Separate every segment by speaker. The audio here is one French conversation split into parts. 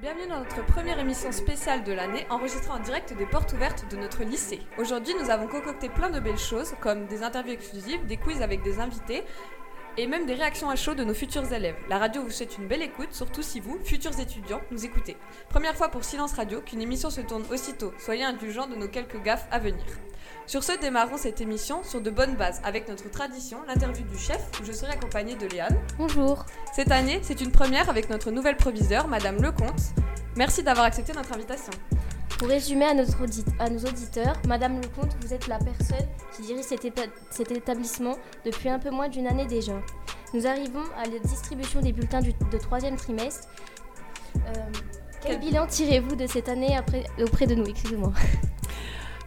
Speaker 1: Bienvenue dans notre première émission spéciale de l'année, enregistrée en direct des portes ouvertes de notre lycée. Aujourd'hui, nous avons concocté plein de belles choses, comme des interviews exclusives, des quiz avec des invités, et même des réactions à chaud de nos futurs élèves. La radio vous souhaite une belle écoute, surtout si vous, futurs étudiants, nous écoutez. Première fois pour Silence Radio qu'une émission se tourne aussitôt. Soyez indulgents de nos quelques gaffes à venir. Sur ce, démarrons cette émission sur de bonnes bases, avec notre tradition, l'interview du chef, où je serai accompagnée de Léane.
Speaker 2: Bonjour.
Speaker 1: Cette année, c'est une première avec notre nouvelle proviseure, Madame Lecomte. Merci d'avoir accepté notre invitation.
Speaker 2: Pour résumer à, notre audit- à nos auditeurs, Madame Lecomte, vous êtes la personne qui dirige cet, éta- cet établissement depuis un peu moins d'une année déjà. Nous arrivons à la distribution des bulletins du- de troisième trimestre. Euh,
Speaker 1: Quel-
Speaker 2: quel bilan tirez-vous de cette année après- auprès de nous Excusez-moi.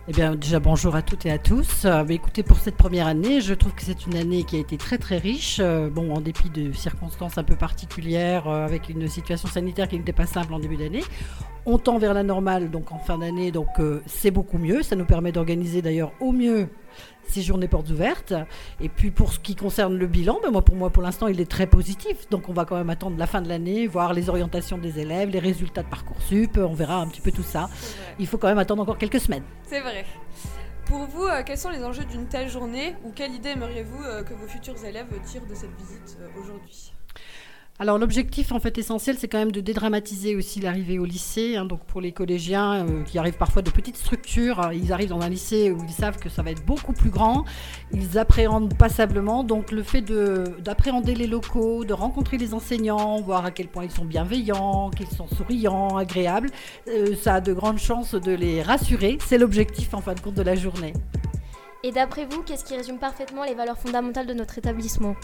Speaker 3: Eh bien, déjà bonjour à toutes et à tous. Euh, mais écoutez, pour cette première année, je trouve que c'est une année qui a été très très riche. Euh, bon, en dépit de circonstances un peu particulières, euh, avec une situation sanitaire qui n'était pas simple en début d'année, on tend vers la normale donc en fin d'année. Donc euh, c'est beaucoup mieux. Ça nous permet d'organiser d'ailleurs au mieux ces journées portes ouvertes. Et puis pour ce qui concerne le bilan, ben moi pour moi pour l'instant il est très positif. Donc on va quand même attendre la fin de l'année, voir les orientations des élèves, les résultats de parcoursup. On verra un petit peu tout ça. Il faut quand même attendre encore quelques semaines.
Speaker 1: C'est vrai. Pour vous, euh, quels sont les enjeux d'une telle journée ou quelle idée aimeriez-vous euh, que vos futurs élèves tirent de cette visite euh, aujourd'hui
Speaker 3: Alors l'objectif en fait essentiel, c'est quand même de dédramatiser aussi l'arrivée au lycée. hein. donc pour les collégiens euh, qui arrivent parfois de petites structures, hein, ils arrivent dans un lycée où ils savent que ça va être beaucoup plus grand. Ils appréhendent passablement. Donc le fait de- d'appréhender les locaux, de rencontrer les enseignants, voir à quel point ils sont bienveillants, qu'ils sont souriants, agréables, euh, ça a de grandes chances de les rassurer. C'est l'objectif en fin de compte de la journée.
Speaker 2: Et d'après vous, qu'est-ce qui résume parfaitement les valeurs fondamentales de notre établissement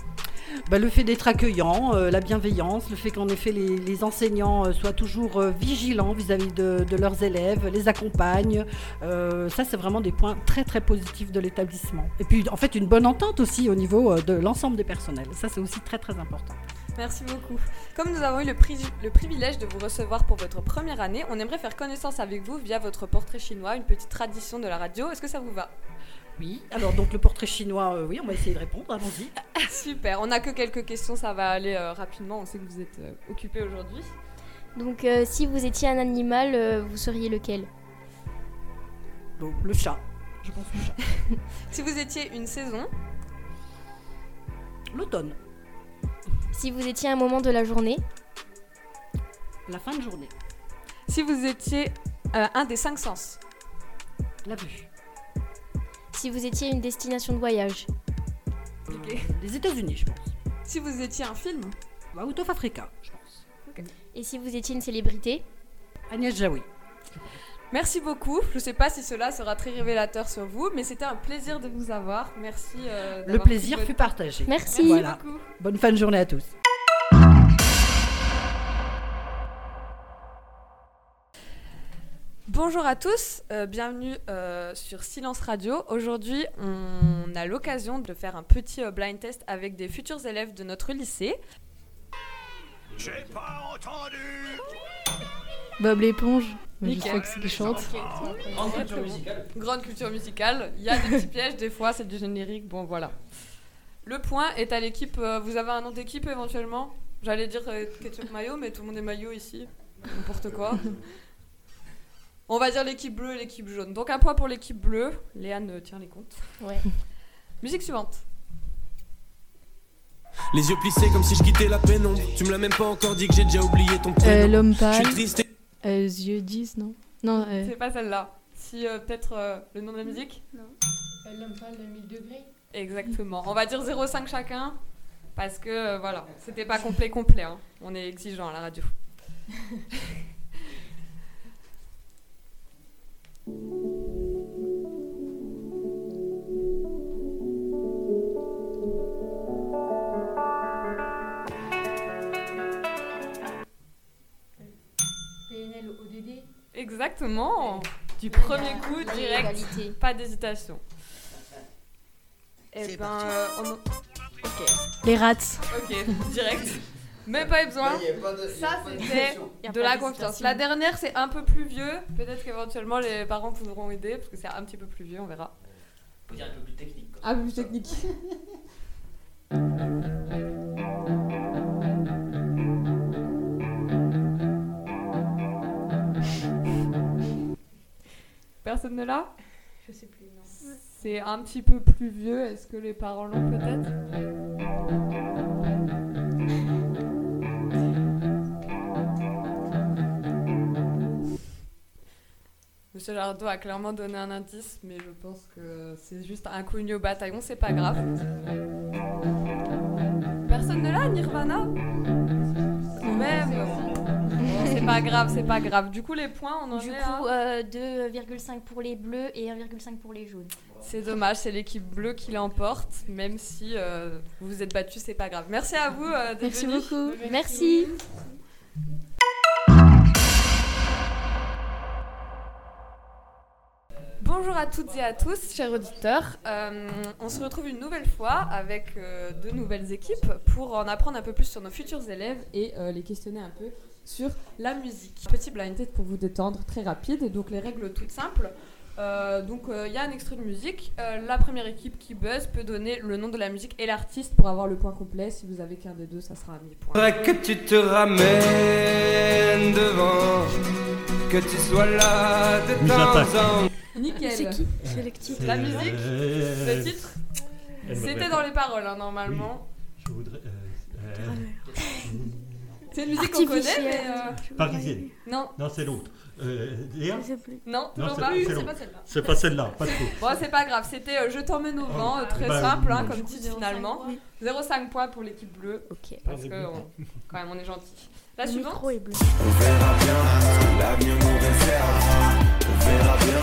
Speaker 3: Bah, le fait d'être accueillant, euh, la bienveillance, le fait qu'en effet les, les enseignants euh, soient toujours euh, vigilants vis-à-vis de, de leurs élèves, les accompagnent. Euh, ça, c'est vraiment des points très très positifs de l'établissement. Et puis, en fait, une bonne entente aussi au niveau euh, de l'ensemble des personnels. Ça, c'est aussi très très important.
Speaker 1: Merci beaucoup. Comme nous avons eu le, pri- le privilège de vous recevoir pour votre première année, on aimerait faire connaissance avec vous via votre portrait chinois, une petite tradition de la radio. Est-ce que ça vous va
Speaker 3: Oui. Alors, donc le portrait chinois, euh, oui, on va essayer de répondre. Allons-y.
Speaker 1: Super. On n'a que quelques questions, ça va aller euh, rapidement. On sait que vous êtes euh, occupé aujourd'hui.
Speaker 2: Donc euh, si vous étiez un animal, euh, vous seriez lequel
Speaker 3: Donc, le chat. Je pense le chat.
Speaker 1: Si vous étiez une saison,
Speaker 3: L'automne,
Speaker 2: Si vous étiez un moment de la journée,
Speaker 3: la fin de journée,
Speaker 1: si vous étiez euh, un des cinq sens,
Speaker 3: la vue.
Speaker 2: si vous étiez une destination de voyage,
Speaker 1: Ok.
Speaker 3: Les Euh, États-Unis, je pense.
Speaker 1: si vous étiez un film,
Speaker 3: Bah, Out of Africa, je pense.
Speaker 2: et si vous étiez une célébrité,
Speaker 3: Agnès Jaoui.
Speaker 1: Merci beaucoup. Je ne sais pas si cela sera très révélateur sur vous, mais c'était un plaisir de vous avoir. Merci. euh,
Speaker 3: Le
Speaker 1: d'avoir
Speaker 3: plaisir
Speaker 1: pris
Speaker 3: fut
Speaker 1: votre-
Speaker 3: partagé.
Speaker 2: Merci.
Speaker 1: Merci
Speaker 3: Voilà.
Speaker 1: beaucoup.
Speaker 3: Bonne fin de journée à tous.
Speaker 1: Bonjour à tous, euh, bienvenue euh, sur Silence Radio. Aujourd'hui, on a l'occasion de faire un petit euh, blind test avec des futurs élèves de notre lycée.
Speaker 4: J'ai pas entendu
Speaker 5: Bob l'éponge. Mais je
Speaker 1: Nickel.
Speaker 5: crois que c'est qui chante.
Speaker 1: Grande culture musicale. Grande culture musicale. Il y a des petits pièges, des fois c'est du générique. Bon, voilà. Le point est à l'équipe. euh, vous avez un nom d'équipe éventuellement J'allais dire euh, Ketchup Mayo, mais tout le monde est maillot ici. N'importe quoi. On va dire l'équipe bleue et l'équipe jaune. Donc un point pour l'équipe bleue. Léane euh, tient les comptes.
Speaker 2: Ouais.
Speaker 1: Musique suivante.
Speaker 6: Les yeux plissés comme si je quittais la pénombre. Tu me l'as même pas encore dit que j'ai déjà oublié ton
Speaker 5: Euh,
Speaker 6: prénom.
Speaker 5: L'homme
Speaker 6: je
Speaker 5: pâle.
Speaker 6: suis triste et
Speaker 5: Euh, yeux 10, non Non, euh,
Speaker 1: C'est pas celle-là. Si euh, peut-être euh, le nom de la musique
Speaker 7: L'homme pâle de 1000 degrés
Speaker 1: Exactement. On va dire 0,5 chacun. Parce que euh, voilà, c'était pas complet complet. hein. On est exigeant à la radio.
Speaker 7: PNL ODD
Speaker 1: Exactement. Du premier coup, direct. Pas d'hésitation. Et ben, euh, on... ok,
Speaker 5: les rats.
Speaker 1: ok, direct. Même pas besoin. Ça, c'était
Speaker 2: Y
Speaker 1: de la
Speaker 2: a pas d'hésitation.
Speaker 1: confiance. La dernière, c'est un peu plus vieux. Peut-être qu'éventuellement, les parents pourront aider parce que c'est un petit peu plus vieux. On verra. Un peu plus technique. Un peu plus technique. personne ne l'a
Speaker 8: Je sais plus, non.
Speaker 1: C'est un petit peu plus vieux. Est-ce que les parents l'ont peut-être Monsieur Lardot a clairement donné un indice, mais je pense que c'est juste un connu au bataillon, c'est pas grave. Personne ne l'a, Nirvana Quand même Bon, C'est pas grave, c'est pas grave. Du coup, les points, on en
Speaker 2: Du
Speaker 1: est à-
Speaker 2: coup, euh, 2,5 pour les bleus et 1,5 pour les jaunes.
Speaker 1: C'est dommage, c'est l'équipe bleue qui l'emporte, même si euh, vous vous êtes battus, c'est pas grave. Merci à vous. euh, d'être
Speaker 9: Merci
Speaker 1: venus.
Speaker 9: beaucoup.
Speaker 2: Merci.
Speaker 1: Bonjour à toutes et à tous, chers auditeurs. Euh, on se retrouve une nouvelle fois avec euh, de nouvelles équipes pour en apprendre un peu plus sur nos futurs élèves et euh, les questionner un peu sur la musique. Petit blind test pour vous détendre, très rapide. Donc les règles toutes simples. Euh, donc euh, il y a un extrait de musique. Euh, la première équipe qui buzz peut donner le nom de la musique et l'artiste pour avoir le point complet. Si vous avez qu'un des deux, ça sera un demi-point.
Speaker 10: Faudrait que tu te ramènes devant, que tu sois là de
Speaker 11: Mise à tac.
Speaker 10: temps en
Speaker 1: Nickel.
Speaker 9: C'est qui C'est le petit.
Speaker 1: La musique, Le titre,
Speaker 11: Elle me
Speaker 1: c'était
Speaker 11: répond.
Speaker 1: dans les paroles hein, normalement.
Speaker 11: Je voudrais. euh,
Speaker 1: C'est une musique qu'on connaît, mais euh,
Speaker 11: euh, Parisienne.
Speaker 1: non,
Speaker 11: Non, c'est l'autre. Euh, Léa
Speaker 1: non, toujours
Speaker 11: c'est-
Speaker 1: pas.
Speaker 11: c'est
Speaker 1: C'est
Speaker 11: long.
Speaker 1: pas celle-là.
Speaker 11: C'est pas celle-là, pas de coup.
Speaker 1: Bon, c'est pas grave. C'était euh, Je t'emmène au vent, euh, très
Speaker 11: Bah,
Speaker 1: simple hein,
Speaker 11: oui.
Speaker 1: comme titre finalement. 0,5 points pour l'équipe bleue.
Speaker 2: Ok.
Speaker 11: Ah,
Speaker 1: Parce que on- quand même, on est gentil. La
Speaker 2: Le
Speaker 1: suivante.
Speaker 2: micro est bleu.
Speaker 10: On verra bien ce que l'avenir nous réserve. On verra bien,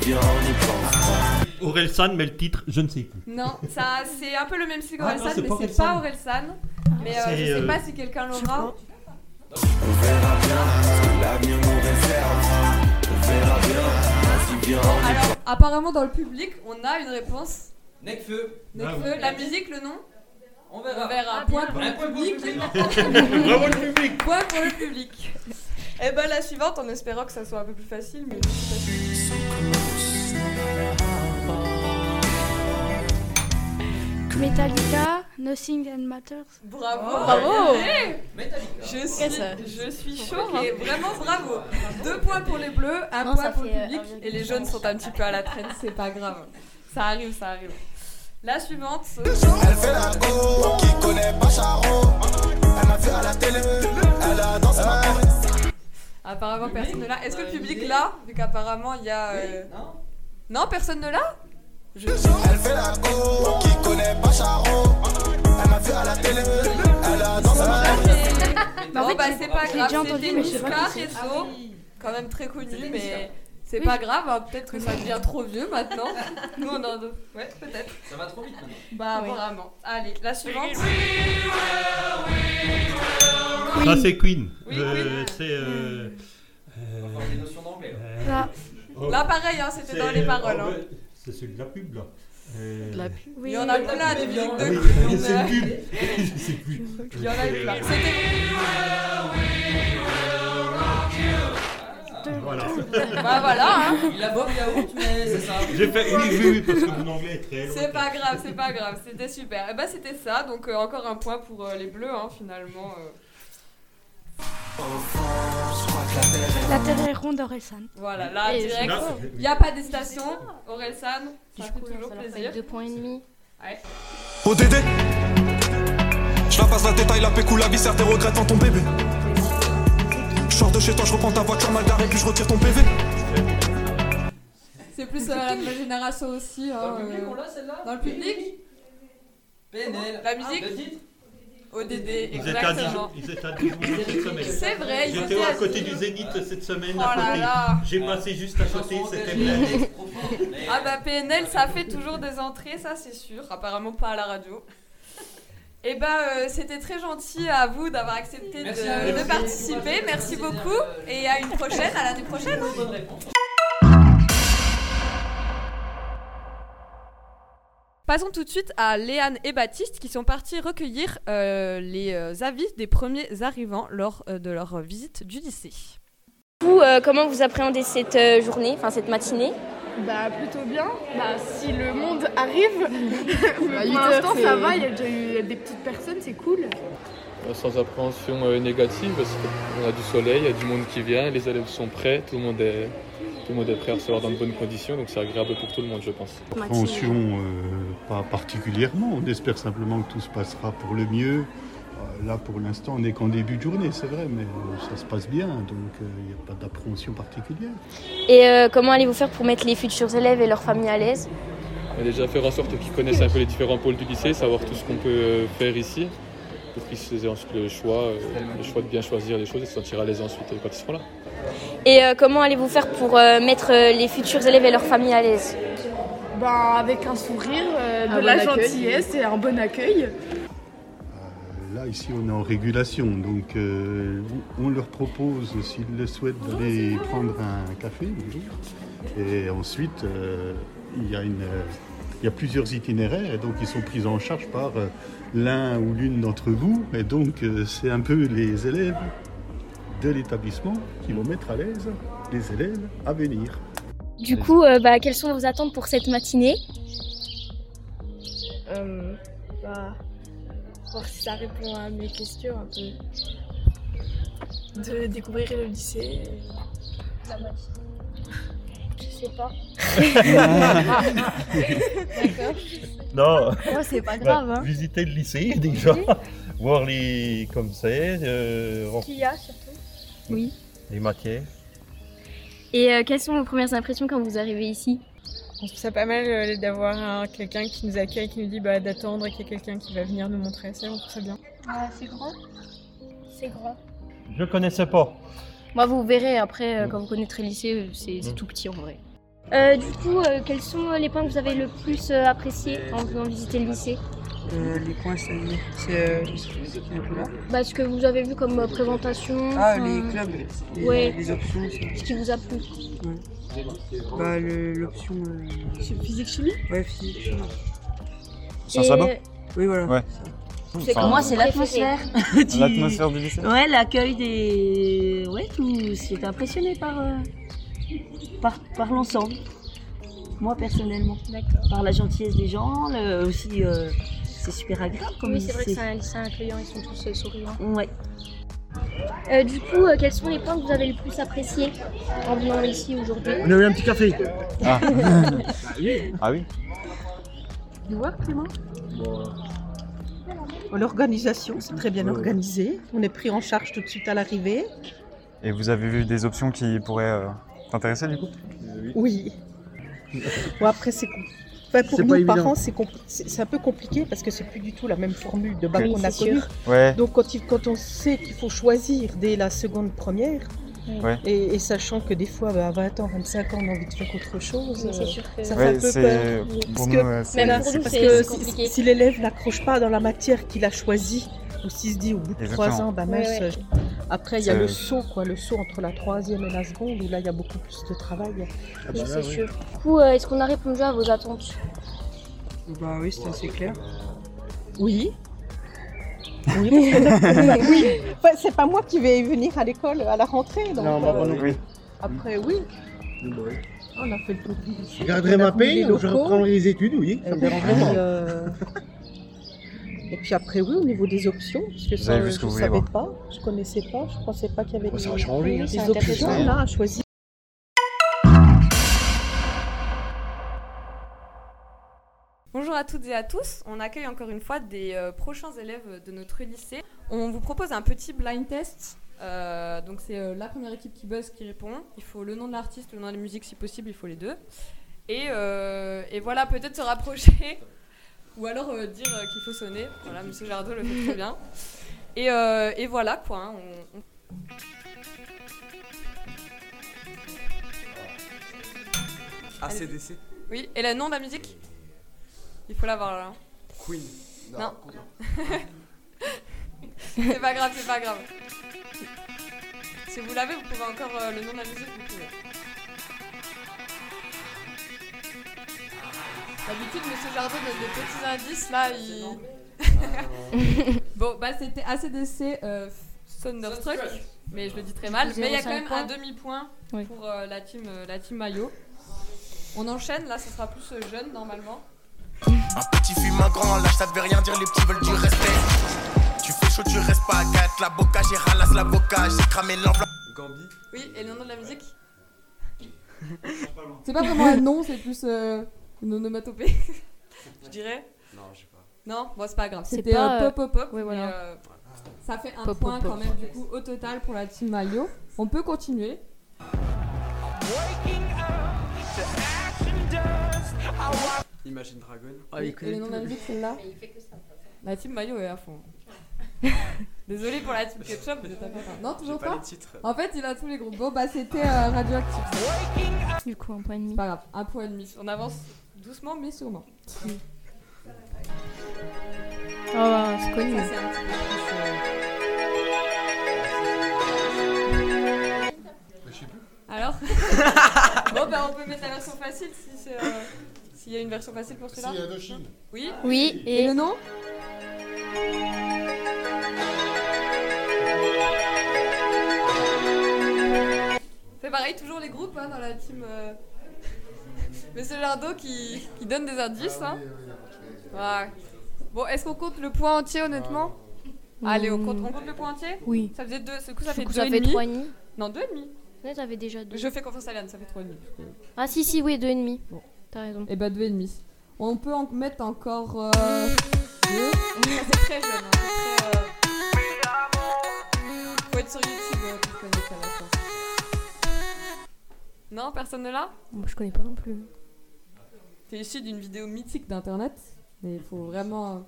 Speaker 10: vas-y viens on y pense.
Speaker 11: Aurel San, mais le titre, je ne sais plus.
Speaker 1: Non, ça, c'est un peu le même style
Speaker 11: Ah, non,
Speaker 1: qu'Orelsan,
Speaker 11: c'est pas
Speaker 1: mais c'est
Speaker 11: Orelsan.
Speaker 1: pas Orelsan. Mais euh, je
Speaker 11: C'est,
Speaker 1: sais
Speaker 11: euh,
Speaker 1: pas si quelqu'un l'aura.
Speaker 10: On verra bien ce que l'avenir nous réserve. On verra bien, vas-y viens on y
Speaker 1: Alors, apparemment, dans le public, on a une réponse.
Speaker 11: Ah,
Speaker 12: Necfeu,
Speaker 1: Nekfeu, la musique, le nom
Speaker 12: on
Speaker 1: On
Speaker 12: verra.
Speaker 1: verra. Point pour
Speaker 12: Un point pour le
Speaker 1: le public.
Speaker 12: public.
Speaker 11: Bravo le public
Speaker 1: Point pour le public. Et ben la suivante en espérant que ça soit un peu plus facile, mais
Speaker 13: Metallica, Nothing and Matters.
Speaker 1: bravo.
Speaker 9: Bravo.
Speaker 12: Metallica.
Speaker 1: Je suis,
Speaker 9: ça.
Speaker 1: je suis chaud, hein. vraiment bravo. Deux points pour les bleus, un
Speaker 2: Non,
Speaker 1: point
Speaker 2: ça
Speaker 1: pour le
Speaker 2: fait, euh,
Speaker 1: public.
Speaker 2: 1,5.
Speaker 1: Et les jeunes sont un petit peu à la traîne, c'est pas grave. Ça arrive, ça arrive. La suivante.
Speaker 14: Elle fait la go, qui connaît pas Charo. Elle m'a fait à la télé, elle a dansé ma
Speaker 1: Apparemment personne ne l'a. Est-ce que le
Speaker 12: Ouais,
Speaker 1: public
Speaker 12: l'idée.
Speaker 1: l'a Vu qu'apparemment il y a. euh,
Speaker 12: Non
Speaker 1: Non, personne ne l'a Je-
Speaker 14: Elle fait la go, qui connaît pas Charo. Elle m'a fait à la télé, elle a dansé ma
Speaker 13: Bah, en
Speaker 1: Ah, Bon
Speaker 13: fait,
Speaker 1: bah
Speaker 13: j'ai-
Speaker 1: c'est pas
Speaker 13: j'ai
Speaker 1: grave,
Speaker 13: déjà entendu,
Speaker 1: c'était
Speaker 13: mais je sais pas
Speaker 1: Niska
Speaker 13: qui c'est. Ah
Speaker 1: Rezo. quand même très connu,
Speaker 12: C'était
Speaker 1: mais
Speaker 12: Niska.
Speaker 1: c'est
Speaker 13: Oui,
Speaker 1: pas grave. hein, Peut-être que ça devient trop vieux maintenant. Nous, on en Ouais, peut-être.
Speaker 12: Ça va trop vite maintenant.
Speaker 1: Bah, vraiment. Allez, la suivante.
Speaker 11: Ça, Ah, c'est Queen.
Speaker 1: Oui,
Speaker 11: Euh,
Speaker 1: Queen.
Speaker 11: C'est. euh,
Speaker 12: Encore des notions d'anglais. là.
Speaker 11: euh,
Speaker 2: Ah,
Speaker 13: Là.
Speaker 11: oh,
Speaker 1: Là, pareil, hein, c'était
Speaker 11: c'est-
Speaker 1: dans les paroles.
Speaker 11: oh,
Speaker 1: hein.
Speaker 11: ouais, C'est celui de la pub, là. Euh,
Speaker 9: La
Speaker 1: Il y en a
Speaker 12: oui.
Speaker 1: plein de
Speaker 12: Oui,
Speaker 1: musiques
Speaker 11: Ah
Speaker 1: de
Speaker 11: oui,
Speaker 1: Queen,
Speaker 11: c'est
Speaker 1: euh,
Speaker 11: une pub. Je sais plus.
Speaker 1: Il y en a
Speaker 11: Euh,
Speaker 1: plein. C'était.
Speaker 11: Voilà.
Speaker 1: Bah, voilà, hein.
Speaker 12: Il a Bob Yaourt, mais c'est ça.
Speaker 11: J'ai fait. Oui, oui, oui, parce que mon anglais est très.
Speaker 1: C'est pas grave, c'est pas grave. C'était super. Et bah, c'était ça. Donc, euh, encore un point pour euh, les bleus, hein, finalement. euh.
Speaker 13: La Terre est ronde, Orelsan.
Speaker 1: Voilà, là,
Speaker 9: Et
Speaker 1: direct.
Speaker 11: Là,
Speaker 1: Il n'y a pas d'hésitation. Orelsan, ça fait toujours
Speaker 2: Ça leur fait
Speaker 1: plaisir.
Speaker 2: 2 points et demi.
Speaker 1: Ouais.
Speaker 14: ODD Je la passe la détaille, la pécou, la viscère, tes regrets dans ton bébé Je sors de chez toi, je reprends ta voiture mal garée, puis je retire ton PV
Speaker 1: C'est plus euh, la nouvelle génération aussi. hein,
Speaker 12: Dans le public,
Speaker 1: euh.
Speaker 12: on l'a celle-là
Speaker 1: Dans le public
Speaker 12: PNL.
Speaker 1: La musique
Speaker 12: Le titre
Speaker 1: ODD,
Speaker 11: Ils étaient à
Speaker 1: exactement.
Speaker 11: Dijon ils étaient à Dijon cette semaine.
Speaker 1: C'est vrai, ils
Speaker 11: J'étais
Speaker 1: étaient
Speaker 11: à
Speaker 1: à
Speaker 11: côté
Speaker 1: Dijon.
Speaker 11: du Zénith cette semaine.
Speaker 1: Oh
Speaker 11: à
Speaker 1: là
Speaker 11: côté.
Speaker 1: là
Speaker 11: J'ai
Speaker 12: Ah.
Speaker 11: passé juste à côté, c'était plein.
Speaker 12: Trop fort. mais-
Speaker 1: Ah bah PNL, ça fait toujours des entrées, ça c'est sûr. Apparemment pas à la radio. Et bah euh, c'était très gentil à vous d'avoir accepté de,
Speaker 12: Merci à vous.
Speaker 1: de participer. Merci
Speaker 12: Merci
Speaker 1: beaucoup.
Speaker 12: bien, euh,
Speaker 1: Et à une prochaine, à l'année prochaine. hein.
Speaker 12: Bonne réponse.
Speaker 1: Passons tout de suite à Léane et Baptiste qui sont partis recueillir euh, les euh, avis des premiers arrivants lors euh, de leur visite du lycée.
Speaker 2: Vous, euh, comment vous appréhendez cette euh, journée, enfin cette matinée
Speaker 13: Bah plutôt bien, bah si le monde arrive,
Speaker 9: À
Speaker 13: Mais
Speaker 9: huit
Speaker 13: pour
Speaker 9: heures,
Speaker 13: l'instant ça
Speaker 9: c'est-
Speaker 13: va, il y a déjà eu des petites personnes, c'est cool.
Speaker 15: Bah,
Speaker 16: Euh, sans appréhension euh, négative parce qu'on a du soleil, il y a du monde qui vient, les élèves sont prêts, tout le monde est
Speaker 15: Tout le monde est prêt à recevoir dans de bonnes conditions, donc c'est agréable pour tout le monde, je pense.
Speaker 17: Compréhension, euh, pas particulièrement. On espère simplement que tout se passera pour le mieux. Euh, Là, pour l'instant, on n'est qu'en début de journée, c'est vrai, mais euh, ça se passe bien, donc euh, il n'y a pas d'appréhension particulière.
Speaker 2: Et euh, comment allez-vous faire pour mettre les futurs élèves et leurs familles à l'aise
Speaker 15: On a déjà fait en sorte qu'ils connaissent un peu les différents pôles du lycée, savoir tout ce qu'on peut euh, faire ici, pour qu'ils se aient ensuite le choix, euh, le choix de bien choisir les choses et se sentir à l'aise ensuite euh, quand ils seront là.
Speaker 2: Et euh, comment allez-vous faire pour euh, mettre euh, les futurs élèves et leurs familles à l'aise
Speaker 18: Ben, avec un sourire, euh,
Speaker 13: Ah
Speaker 18: de
Speaker 5: Un
Speaker 18: la
Speaker 5: bon accueil.
Speaker 18: gentillesse et un bon accueil.
Speaker 17: Là, ici, on est en régulation, donc euh, on on leur propose, s'ils le souhaitent, d'aller prendre un café. bonjour. Et ensuite, euh, il y, a une, euh, il y a plusieurs itinéraires, et donc ils sont pris en charge par euh, l'un ou l'une d'entre vous. Et donc, euh, c'est un peu les élèves de l'établissement qui vont mettre à l'aise les élèves à venir.
Speaker 2: Du coup, euh, bah, quelles sont vos attentes pour cette matinée
Speaker 19: Euh, bah, voir si ça répond à mes questions un peu. De découvrir le lycée. La matinée. Je sais pas.
Speaker 20: Non.
Speaker 19: Oh, c'est pas
Speaker 20: Bah,
Speaker 19: grave, hein.
Speaker 20: Visiter le lycée déjà, voir les comme c'est, euh,
Speaker 2: Qu'il y a surtout Oui.
Speaker 20: les matières.
Speaker 2: Et euh, quelles sont vos premières impressions quand vous arrivez ici
Speaker 21: On trouve ça pas mal euh, d'avoir un- quelqu'un qui nous accueille, qui nous dit bah, d'attendre et qu'il y a quelqu'un qui va venir nous montrer. Ça, on trouve ça bien.
Speaker 2: c'est grand C'est grand.
Speaker 20: Je connaissais pas.
Speaker 2: Moi, vous verrez après, quand vous connaîtrez le lycée, c'est
Speaker 20: c'est
Speaker 2: tout petit en vrai. Euh, du coup, euh, quels sont euh, les points que vous avez le plus euh, appréciés en venant visiter le lycée
Speaker 22: Euh, les coins, c'est. c'est, euh, c'est un peu là.
Speaker 2: bah, Ce que vous avez vu comme euh, présentation
Speaker 22: Ah,
Speaker 2: enfin,
Speaker 22: les clubs, les,
Speaker 2: ouais.
Speaker 22: les options. ça.
Speaker 2: Ce qui vous a plu
Speaker 22: Bah, le- l'option. Physique-chimie Ouais, physique-chimie.
Speaker 23: Ça, ça va
Speaker 22: Oui, voilà.
Speaker 23: Ouais.
Speaker 24: C'est
Speaker 23: Enfin,
Speaker 24: comme
Speaker 13: euh,
Speaker 24: moi, c'est
Speaker 23: préféré.
Speaker 24: l'atmosphère. Tu-
Speaker 23: L'atmosphère du lycée
Speaker 24: Ouais, l'accueil des. Ouais, tout. J'étais impressionnée par, euh, par, par l'ensemble. Moi, personnellement. Par la gentillesse des gens, le- aussi. euh, c'est super agréable comme
Speaker 2: Oui, c'est vrai que
Speaker 24: lycée.
Speaker 2: c'est un lycée incluant, ils sont tous euh, souriants.
Speaker 24: Ouais.
Speaker 2: Euh, du coup, euh, quels sont les points que vous avez le plus appréciés en venant ici aujourd'hui
Speaker 23: On a eu un petit café. Ah, ah oui
Speaker 13: Du work, Clément L'organisation, c'est très bien organisé. On est pris en charge tout de suite à l'arrivée.
Speaker 23: Et vous avez vu des options qui pourraient euh, t'intéresser du coup
Speaker 13: Oui. Bon, après, c'est. com- Enfin, pour
Speaker 23: C'est
Speaker 13: nous,
Speaker 23: pas évident.
Speaker 13: parents, c'est compl- c'est c'est un peu compliqué parce que c'est plus du tout la même formule de bac
Speaker 23: Oui,
Speaker 13: qu'on a
Speaker 23: c'est
Speaker 13: connue.
Speaker 23: sûr. Ouais.
Speaker 13: Donc, quand, il- quand on sait qu'il faut choisir dès la seconde première,
Speaker 23: Ouais.
Speaker 13: et, et sachant que des fois, bah, à 20 ans, 25 ans, on a envie de faire autre chose,
Speaker 2: Oui, c'est
Speaker 13: euh,
Speaker 2: sûr que-
Speaker 13: ça
Speaker 23: Ouais,
Speaker 13: fait un peu
Speaker 23: c'est-
Speaker 13: peur.
Speaker 23: pour
Speaker 13: Parce
Speaker 23: nous,
Speaker 13: que-
Speaker 23: ouais, c'est-
Speaker 13: voilà,
Speaker 23: Pour
Speaker 13: c'est
Speaker 23: nous,
Speaker 13: parce
Speaker 23: c'est-
Speaker 13: que
Speaker 23: c'est
Speaker 13: si-
Speaker 23: compliqué.
Speaker 13: si l'élève n'accroche pas dans la matière qu'il a choisie, ou s'il se dit au bout de trois
Speaker 23: Exactement.
Speaker 13: ans, bah mince,
Speaker 23: Ouais, ouais.
Speaker 13: je- après, il y a
Speaker 23: C'est-
Speaker 13: le saut, quoi, le saut entre la troisième et la seconde, où là, il y a beaucoup plus de travail.
Speaker 2: bah Oui, là, c'est oui. sûr. Du coup, euh, est-ce qu'on a répondu à vos attentes
Speaker 22: Bah, oui, c'est assez clair.
Speaker 13: Oui. Oui, parce que- oui. Enfin, c'est pas moi qui vais venir à l'école à la rentrée. Donc,
Speaker 25: Non, bah, moi non
Speaker 13: euh,
Speaker 25: plus. bah
Speaker 13: Après, oui. On a fait le tour du lycée,
Speaker 25: Je garderai
Speaker 13: on a
Speaker 25: ma
Speaker 13: vu les
Speaker 25: paix, donc je
Speaker 13: locaux.
Speaker 25: reprendrai les études, oui. Ça me
Speaker 13: Et
Speaker 25: dérange
Speaker 13: puis,
Speaker 25: pas.
Speaker 13: euh, Et puis après, oui, au niveau des options, parce que
Speaker 25: Vous
Speaker 13: ça,
Speaker 25: avez vu ce
Speaker 13: je
Speaker 25: que vous
Speaker 13: ne
Speaker 25: voulez
Speaker 13: savais
Speaker 25: voir.
Speaker 13: pas, je connaissais pas, je pensais pas qu'il y avait
Speaker 25: Ouais, ça va
Speaker 13: des,
Speaker 25: changer, hein.
Speaker 13: des
Speaker 25: Ça va peut-être
Speaker 13: options
Speaker 25: changer.
Speaker 13: là à choisir.
Speaker 1: Bonjour à toutes et à tous. On accueille encore une fois des euh, prochains élèves de notre lycée. On vous propose un petit blind test. Euh, donc c'est euh, la première équipe qui buzz qui répond. Il faut le nom de l'artiste, le nom de la musique si possible, il faut les deux. Et, euh, et voilà, peut-être se rapprocher ou alors euh, dire euh, qu'il faut sonner. Voilà, Monsieur Jardot le fait très bien. Et, euh, et voilà quoi. hein, on- on-
Speaker 11: ACDC
Speaker 1: Oui, et le nom de la musique Il faut l'avoir là.
Speaker 11: Queen.
Speaker 1: Non. c'est pas grave, c'est pas grave. Si vous l'avez, vous pouvez encore euh, le nom de la musique, vous pouvez. D'habitude, Monsieur Jardin donne des petits indices, là, il... bon, bah c'était ACDC euh, Thunderstruck, mais je le dis très mal. Mais il y a quand même un
Speaker 2: 0,5
Speaker 1: demi-point
Speaker 2: Oui.
Speaker 1: pour euh, la team euh, la team Maillot. On enchaîne, là, ce sera plus euh, jeune, normalement.
Speaker 14: Un petit fume un grand, lâche, ça devait rien dire, les petits veulent du respect. Tu fais chaud, tu restes pas à quatre, la boca, j'ai ralasse la boca, j'ai cramé l'enveloppe.
Speaker 1: Oui, et le nom de la musique C'est pas vraiment un nom, c'est plus euh, une onomatopée, je dirais.
Speaker 12: Non, je sais pas.
Speaker 1: Non, bon, c'est pas grave.
Speaker 26: C'est
Speaker 1: C'était
Speaker 26: pas,
Speaker 1: euh,
Speaker 26: euh,
Speaker 1: pop, pop, pop.
Speaker 26: ouais,
Speaker 1: mais,
Speaker 26: voilà.
Speaker 1: euh, ça fait un
Speaker 26: Pop,
Speaker 1: point
Speaker 26: pop,
Speaker 1: quand
Speaker 26: pop.
Speaker 1: même, du coup, au total pour la team Mario. On peut continuer.
Speaker 12: Imagine Dragon.
Speaker 1: Et- et le nom de la musique, celle-là
Speaker 27: Mais il fait que ça.
Speaker 1: La team Mayo est à fond. Désolé pour la team Ketchup, vous êtes à fond. Non, toujours
Speaker 12: J'ai pas
Speaker 1: pas,
Speaker 12: les titres.
Speaker 1: En fait, il a tous les groupes. Bon, bah, c'était euh,
Speaker 2: hein.
Speaker 1: Radioactive. Du coup, un point et
Speaker 2: Bah,
Speaker 1: demi. Pas grave, un point et demi. On avance doucement, mais sûrement.
Speaker 2: Ah,
Speaker 26: Oh, c'est connu.
Speaker 1: Ça, c'est un petit peu
Speaker 12: Je sais plus.
Speaker 1: euh, Alors Bon, bah, on peut mettre la version facile si c'est. euh, S'il y a une version facile pour celui-là
Speaker 28: S'il y a Indochine.
Speaker 1: Oui.
Speaker 2: Oui,
Speaker 1: Et, le nom C'est pareil, toujours les groupes hein, dans la team. euh, Monsieur Lardot qui, qui donne des indices. hein. Ouais. Bon, est-ce qu'on compte le point entier honnêtement Allez, on compte, on compte le point entier
Speaker 26: Oui.
Speaker 1: Ça faisait deux, du coup ça fait
Speaker 2: Du Ah. Mm. coup,
Speaker 1: deux
Speaker 2: ça
Speaker 1: et
Speaker 2: fait
Speaker 1: demi.
Speaker 2: trois et demi.
Speaker 1: Non, deux et demi.
Speaker 2: Ouais, j'avais déjà deux.
Speaker 1: Je fais confiance à Liane, ça fait trois et demi.
Speaker 2: Ah si, si, oui, deux et demi. T'as raison.
Speaker 1: Et bah deux et demi. On peut en mettre encore euh, deux. Ça, C'est très jeune. hein, c'est très, euh, Faut être sur YouTube euh, pour connaître ça, là, je pense. Non, personne ne l'a
Speaker 2: Moi, je connais pas non plus.
Speaker 1: T'es issu d'une vidéo mythique d'internet, mais il faut vraiment euh,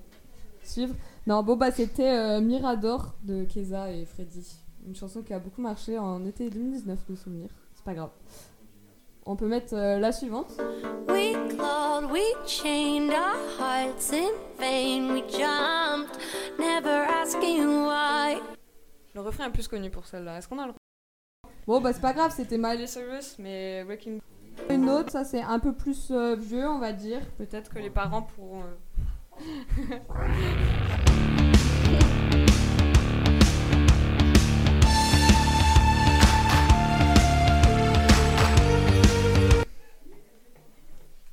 Speaker 1: suivre. Non, bon bah c'était euh, Mirador de Keza et Freddy. Une chanson qui a beaucoup marché en été 2019, de souvenir. C'est pas grave. On peut mettre euh, la suivante.
Speaker 13: We clawed, we chained our hearts in vain. We jumped, never asking why.
Speaker 1: Le refrain est plus connu pour celle-là. Est-ce qu'on a le Bon, bah c'est pas grave, c'était Miley Cyrus, mais Breaking Une autre, ça c'est un peu plus euh, vieux, on va dire. Peut-être que les parents pourront. euh,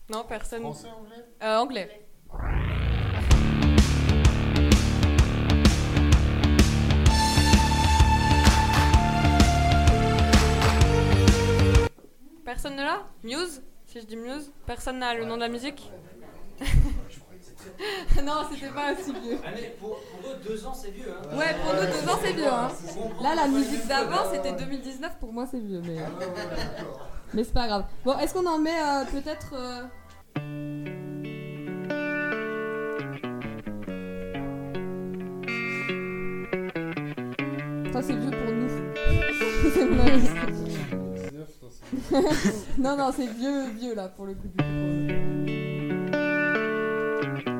Speaker 1: non, personne. Français, anglais Anglais. Personne ne l'a Muse Si je dis Muse, personne n'a le nom de la musique Non, c'était pas aussi vieux.
Speaker 12: Ah, mais pour, pour eux, deux ans, c'est vieux. Hein.
Speaker 1: Ouais, pour nous, deux ans, c'est vieux. Hein. Là, la musique d'avant, c'était 2019. Pour moi, c'est vieux, mais... Mais c'est pas grave. Bon, est-ce qu'on en met euh, peut-être... euh, Ça, c'est vieux pour nous. c'est mon avis. non, non, c'est vieux, vieux, là, pour le coup. du coup, pour le-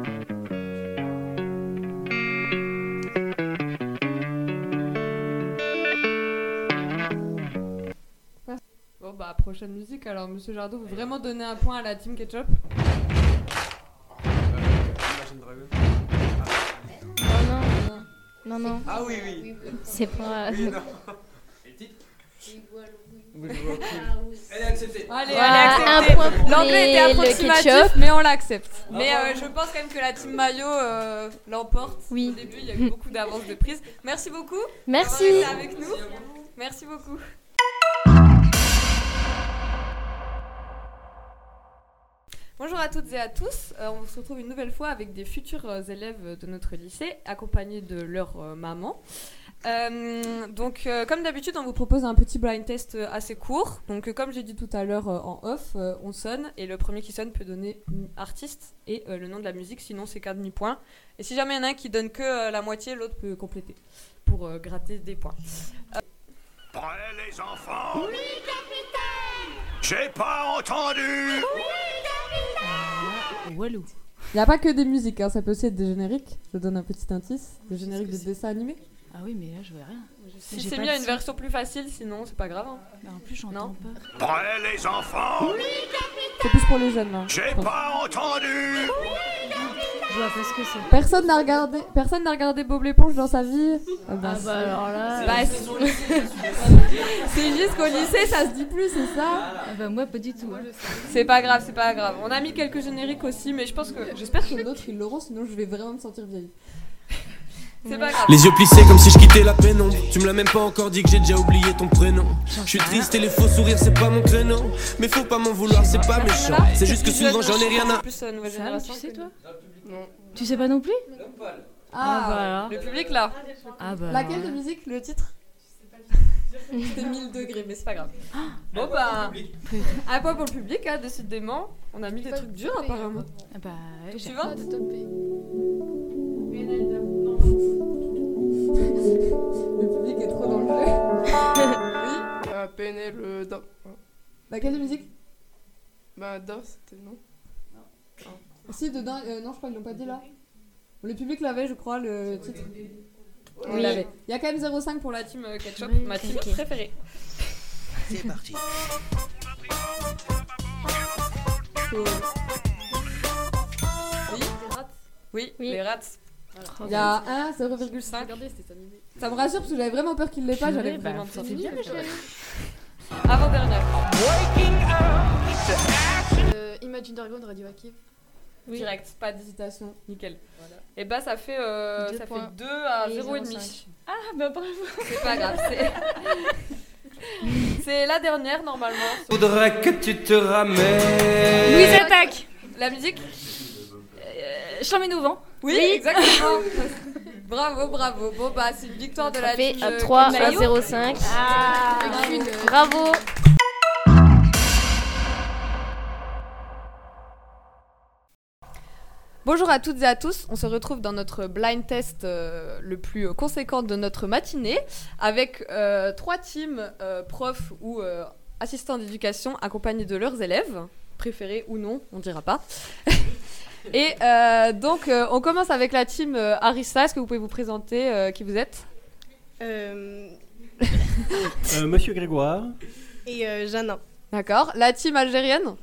Speaker 1: Bon bah prochaine musique alors Monsieur Jardot vous vraiment donner un point à la team ketchup.
Speaker 12: Imagine Dragon.
Speaker 2: Non, non.
Speaker 12: Ah oui, oui.
Speaker 2: C'est pas...
Speaker 12: Oui, non. Et le titre Elle est acceptée.
Speaker 1: Allez, allez,
Speaker 2: Ouais, Ah, un
Speaker 1: acceptez.
Speaker 2: point pour
Speaker 1: L'anglais
Speaker 2: les-
Speaker 1: était
Speaker 2: le
Speaker 1: approximatif
Speaker 2: ketchup.
Speaker 1: mais on l'accepte. Mais
Speaker 2: Bravo.
Speaker 1: euh, je pense quand même que la team maillot euh, l'emporte. Au début il y a eu beaucoup d'avance de prise. Merci beaucoup.
Speaker 2: Merci.
Speaker 1: d'avoir été avec nous. Merci beaucoup. Bonjour à toutes et à tous. Euh, on se retrouve une nouvelle fois avec des futurs euh, élèves de notre lycée, accompagnés de leur euh, maman. Euh, donc, euh, comme d'habitude, on vous propose un petit blind test euh, assez court. Donc, euh, comme j'ai dit tout à l'heure euh, en off, euh, on sonne et le premier qui sonne peut donner une artiste et euh, le nom de la musique. Sinon, c'est qu'un demi point. Et si jamais il y en a un qui donne que euh, la moitié, l'autre peut compléter pour euh, gratter des points. Euh,
Speaker 14: Prêt les enfants Oui, capitaine J'ai pas entendu
Speaker 1: Walou. Il n'y a pas que des musiques, hein, ça peut aussi être des génériques. Je donne un petit indice. Le générique de dessin animé.
Speaker 29: Ah oui, mais là, je vois rien.
Speaker 1: Si
Speaker 29: J'ai
Speaker 1: c'est
Speaker 29: pas
Speaker 1: mis
Speaker 29: de
Speaker 1: à une
Speaker 29: son.
Speaker 1: version plus facile, sinon c'est pas grave. hein. en plus, j'entends pas.
Speaker 14: Prêt les enfants Oui,
Speaker 1: C'est plus pour les jeunes là.
Speaker 14: J'ai pas entendu
Speaker 1: Je vois parce que c'est. Personne n'a regardé, personne n'a regardé Bob l'éponge dans sa vie. Ah
Speaker 29: bah,
Speaker 1: c'est-
Speaker 29: alors là-
Speaker 1: Bah,
Speaker 29: C'est-
Speaker 1: c'est- c'est juste qu'au lycée ça se dit plus, c'est ça. Bah moi pas du tout. C'est pas grave, c'est pas grave. On a mis quelques génériques aussi, mais je pense que j'espère que d'autres ils l'auront, sinon je vais vraiment me sentir vieille.
Speaker 3: Les yeux plissés comme si je quittais la pénombre. Tu me l'as même pas encore dit que j'ai déjà oublié ton prénom. Je suis triste et les faux sourires, c'est pas mon créneau. Mais faut pas m'en vouloir, c'est pas méchant. C'est juste que souvent j'en ai rien à.
Speaker 1: Plus euh, nouvelle génération.
Speaker 25: tu sais, toi
Speaker 1: Non.
Speaker 4: Tu sais pas non plus
Speaker 1: Ah,
Speaker 4: voilà.
Speaker 1: le public là.
Speaker 4: Ah, bah,
Speaker 1: Laquelle
Speaker 4: voilà.
Speaker 1: de musique Le titre C'était 1000 degrés, mais c'est pas grave. Bon bah, un point pour le public, hein, décidément. On a mis des trucs durs apparemment.
Speaker 4: Ah bah,
Speaker 1: Tu
Speaker 4: j'ai
Speaker 1: vas
Speaker 4: pas de
Speaker 1: topé.
Speaker 6: Ah, PNL, euh, dans.
Speaker 1: Laquelle de musique
Speaker 6: Bah, dans, c'était non.
Speaker 1: Si, dedans, euh, non, je crois qu'ils l'ont pas dit là. Le public l'avait, je crois, le titre. On
Speaker 6: Oui.
Speaker 1: l'avait. Il y a quand même 0,5 pour la team euh, Ketchup,
Speaker 4: Oui,
Speaker 1: ma team
Speaker 4: ok.
Speaker 1: préférée.
Speaker 30: C'est parti.
Speaker 1: Oui, oui, les rats. Il y a 1, 0,5. Ça me rassure parce que j'avais vraiment peur qu'il l'ait pas, j'allais vraiment me sentir bah, bien. Avant dernière.
Speaker 6: Euh, Imagine Dragon de Radioactive.
Speaker 1: Direct, pas d'hésitation, nickel. Et bah ça fait
Speaker 6: Deux
Speaker 1: euh, ça
Speaker 6: points.
Speaker 1: fait 2 à
Speaker 6: Et
Speaker 1: 0,5.
Speaker 6: 0,5.
Speaker 1: Ah bah bravo. C'est pas grave, c'est C'est la dernière normalement.
Speaker 3: Faudrait que tu te ramènes.
Speaker 4: Louise attaque
Speaker 1: La musique
Speaker 4: euh, Chambre au vent.
Speaker 1: Oui, exactement. bravo, bravo. Bon bah c'est une victoire de la
Speaker 2: fait
Speaker 1: team.
Speaker 2: un
Speaker 1: euh,
Speaker 2: 3 à
Speaker 1: Kumayo.
Speaker 2: 0,5.
Speaker 1: Ah,
Speaker 2: Bravo
Speaker 1: Bonjour à toutes et à tous, on se retrouve dans notre blind test euh, le plus conséquent de notre matinée avec euh, trois teams euh, profs ou euh, assistants d'éducation accompagnés de leurs élèves, préférés ou non, on dira pas. et euh, donc euh, on commence avec la team euh, Arissa, est-ce que vous pouvez vous présenter euh, qui vous êtes
Speaker 6: Euh,
Speaker 3: Euh,
Speaker 11: Monsieur Grégoire.
Speaker 6: et euh, Jeannin.
Speaker 1: D'accord, la team algérienne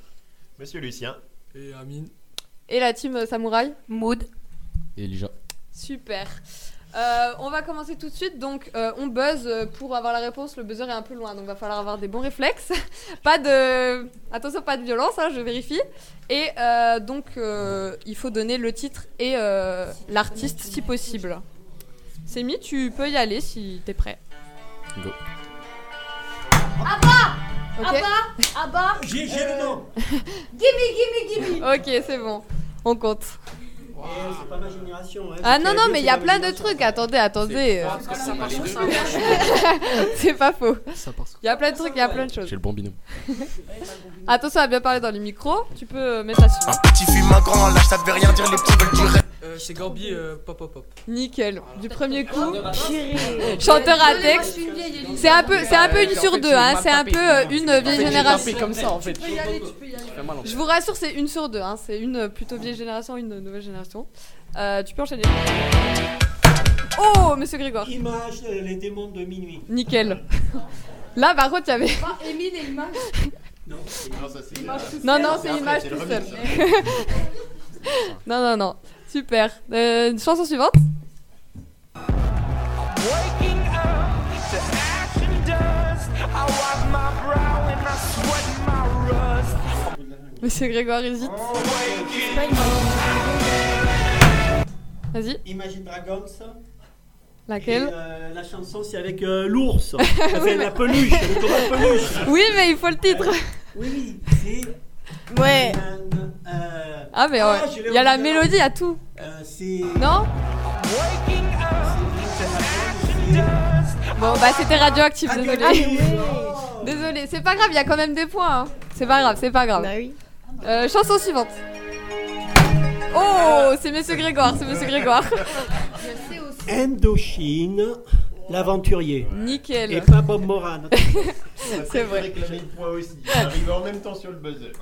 Speaker 31: Monsieur Lucien. Et Amine.
Speaker 1: et la team euh, samouraï Maud.
Speaker 32: Et Elijah.
Speaker 1: Super. Euh, on va commencer tout de suite. Donc, euh, on buzz euh, pour avoir la réponse. Le buzzer est un peu loin, donc va falloir avoir des bons réflexes. pas de, attention, pas de violence. hein, je vérifie. Et euh, donc, euh, il faut donner le titre et euh, l'artiste si possible. Semi, tu peux y aller si t'es prêt.
Speaker 32: Go.
Speaker 1: Ok.
Speaker 6: Ah bah
Speaker 1: J'ai- j'ai le nom.
Speaker 6: Gimme, gimme, gimme
Speaker 1: Ok, c'est bon. On compte.
Speaker 11: c'est pas ma génération. hein.
Speaker 1: Ah
Speaker 11: J'ai
Speaker 1: non,
Speaker 11: qu'à
Speaker 1: non,
Speaker 11: dire,
Speaker 1: mais
Speaker 11: c'est
Speaker 1: il y a
Speaker 11: pas ma
Speaker 1: plein de trucs. Attendez, attendez.
Speaker 32: pas
Speaker 1: euh.
Speaker 32: parce que ça part sur ça.
Speaker 1: C'est pas faux.
Speaker 32: Ça part sur-
Speaker 1: Il y a plein de trucs, il y a plein de choses.
Speaker 32: J'ai le bon binôme.
Speaker 1: Attention à bien parler dans les micros. Tu peux euh, mettre la suite.
Speaker 14: Un petit fume un grand, là ça te veut rien dire, les petits veulent du reste.
Speaker 12: Euh, c'est Gorbi, euh, pop pop pop.
Speaker 1: Nickel. Du premier coup.
Speaker 12: Purée.
Speaker 1: Chanteur à
Speaker 12: Désolée, moi,
Speaker 1: texte.
Speaker 12: je suis une vieille Elise.
Speaker 1: C'est un peu, c'est un peu
Speaker 12: Ouais,
Speaker 1: une
Speaker 12: en
Speaker 1: sur
Speaker 12: fait,
Speaker 1: deux.
Speaker 12: j'ai
Speaker 1: hein.
Speaker 12: mal
Speaker 1: C'est un
Speaker 12: tapé.
Speaker 1: peu euh,
Speaker 12: En
Speaker 1: une
Speaker 12: fait, j'ai
Speaker 1: vieille
Speaker 12: tapé
Speaker 1: génération.
Speaker 12: comme ça, en fait. Tu peux y aller, tu
Speaker 1: peux y
Speaker 12: Ça fait mal, en fait.
Speaker 1: Je vous rassure, c'est une sur deux. hein. C'est une plutôt vieille génération, une nouvelle génération. Euh, tu peux enchaîner. Oh, Monsieur Grégoire.
Speaker 11: Image, euh, les démons de minuit.
Speaker 1: Nickel. Là, par contre, il y avait.
Speaker 6: Émile et Image.
Speaker 11: Non, ça c'est.
Speaker 20: euh,
Speaker 1: Non, non, c'est image tout seul. non, non, non. Super. Euh, une chanson suivante. Monsieur Grégoire hésite. Vas-y.
Speaker 11: Imagine Dragons.
Speaker 1: Laquelle
Speaker 11: Et, euh, La chanson, c'est avec euh, l'ours. Enfin, la peluche. le gros peluche.
Speaker 1: Oui, mais il faut le titre.
Speaker 11: Oui, oui, c'est.
Speaker 1: Ouais.
Speaker 11: Euh,
Speaker 1: Ah, mais ouais.
Speaker 11: je l'ai
Speaker 1: Il y a la
Speaker 11: oublié.
Speaker 1: mélodie, il y a tout.
Speaker 11: Euh, c'est.
Speaker 1: Non Bon, bah c'était radioactif,
Speaker 11: Ah,
Speaker 1: désolé.
Speaker 11: oui.
Speaker 1: Désolé, c'est pas grave, il y a quand même des points. hein. C'est pas grave, c'est pas grave. Euh, chanson suivante. Oh, c'est Monsieur Grégoire, c'est Monsieur Grégoire.
Speaker 11: Indochine, l'aventurier.
Speaker 1: Nickel.
Speaker 11: Et pas Bob Moran.
Speaker 1: C'est vrai.
Speaker 31: que j'avais le point aussi. Arrivé en même temps sur le buzzer.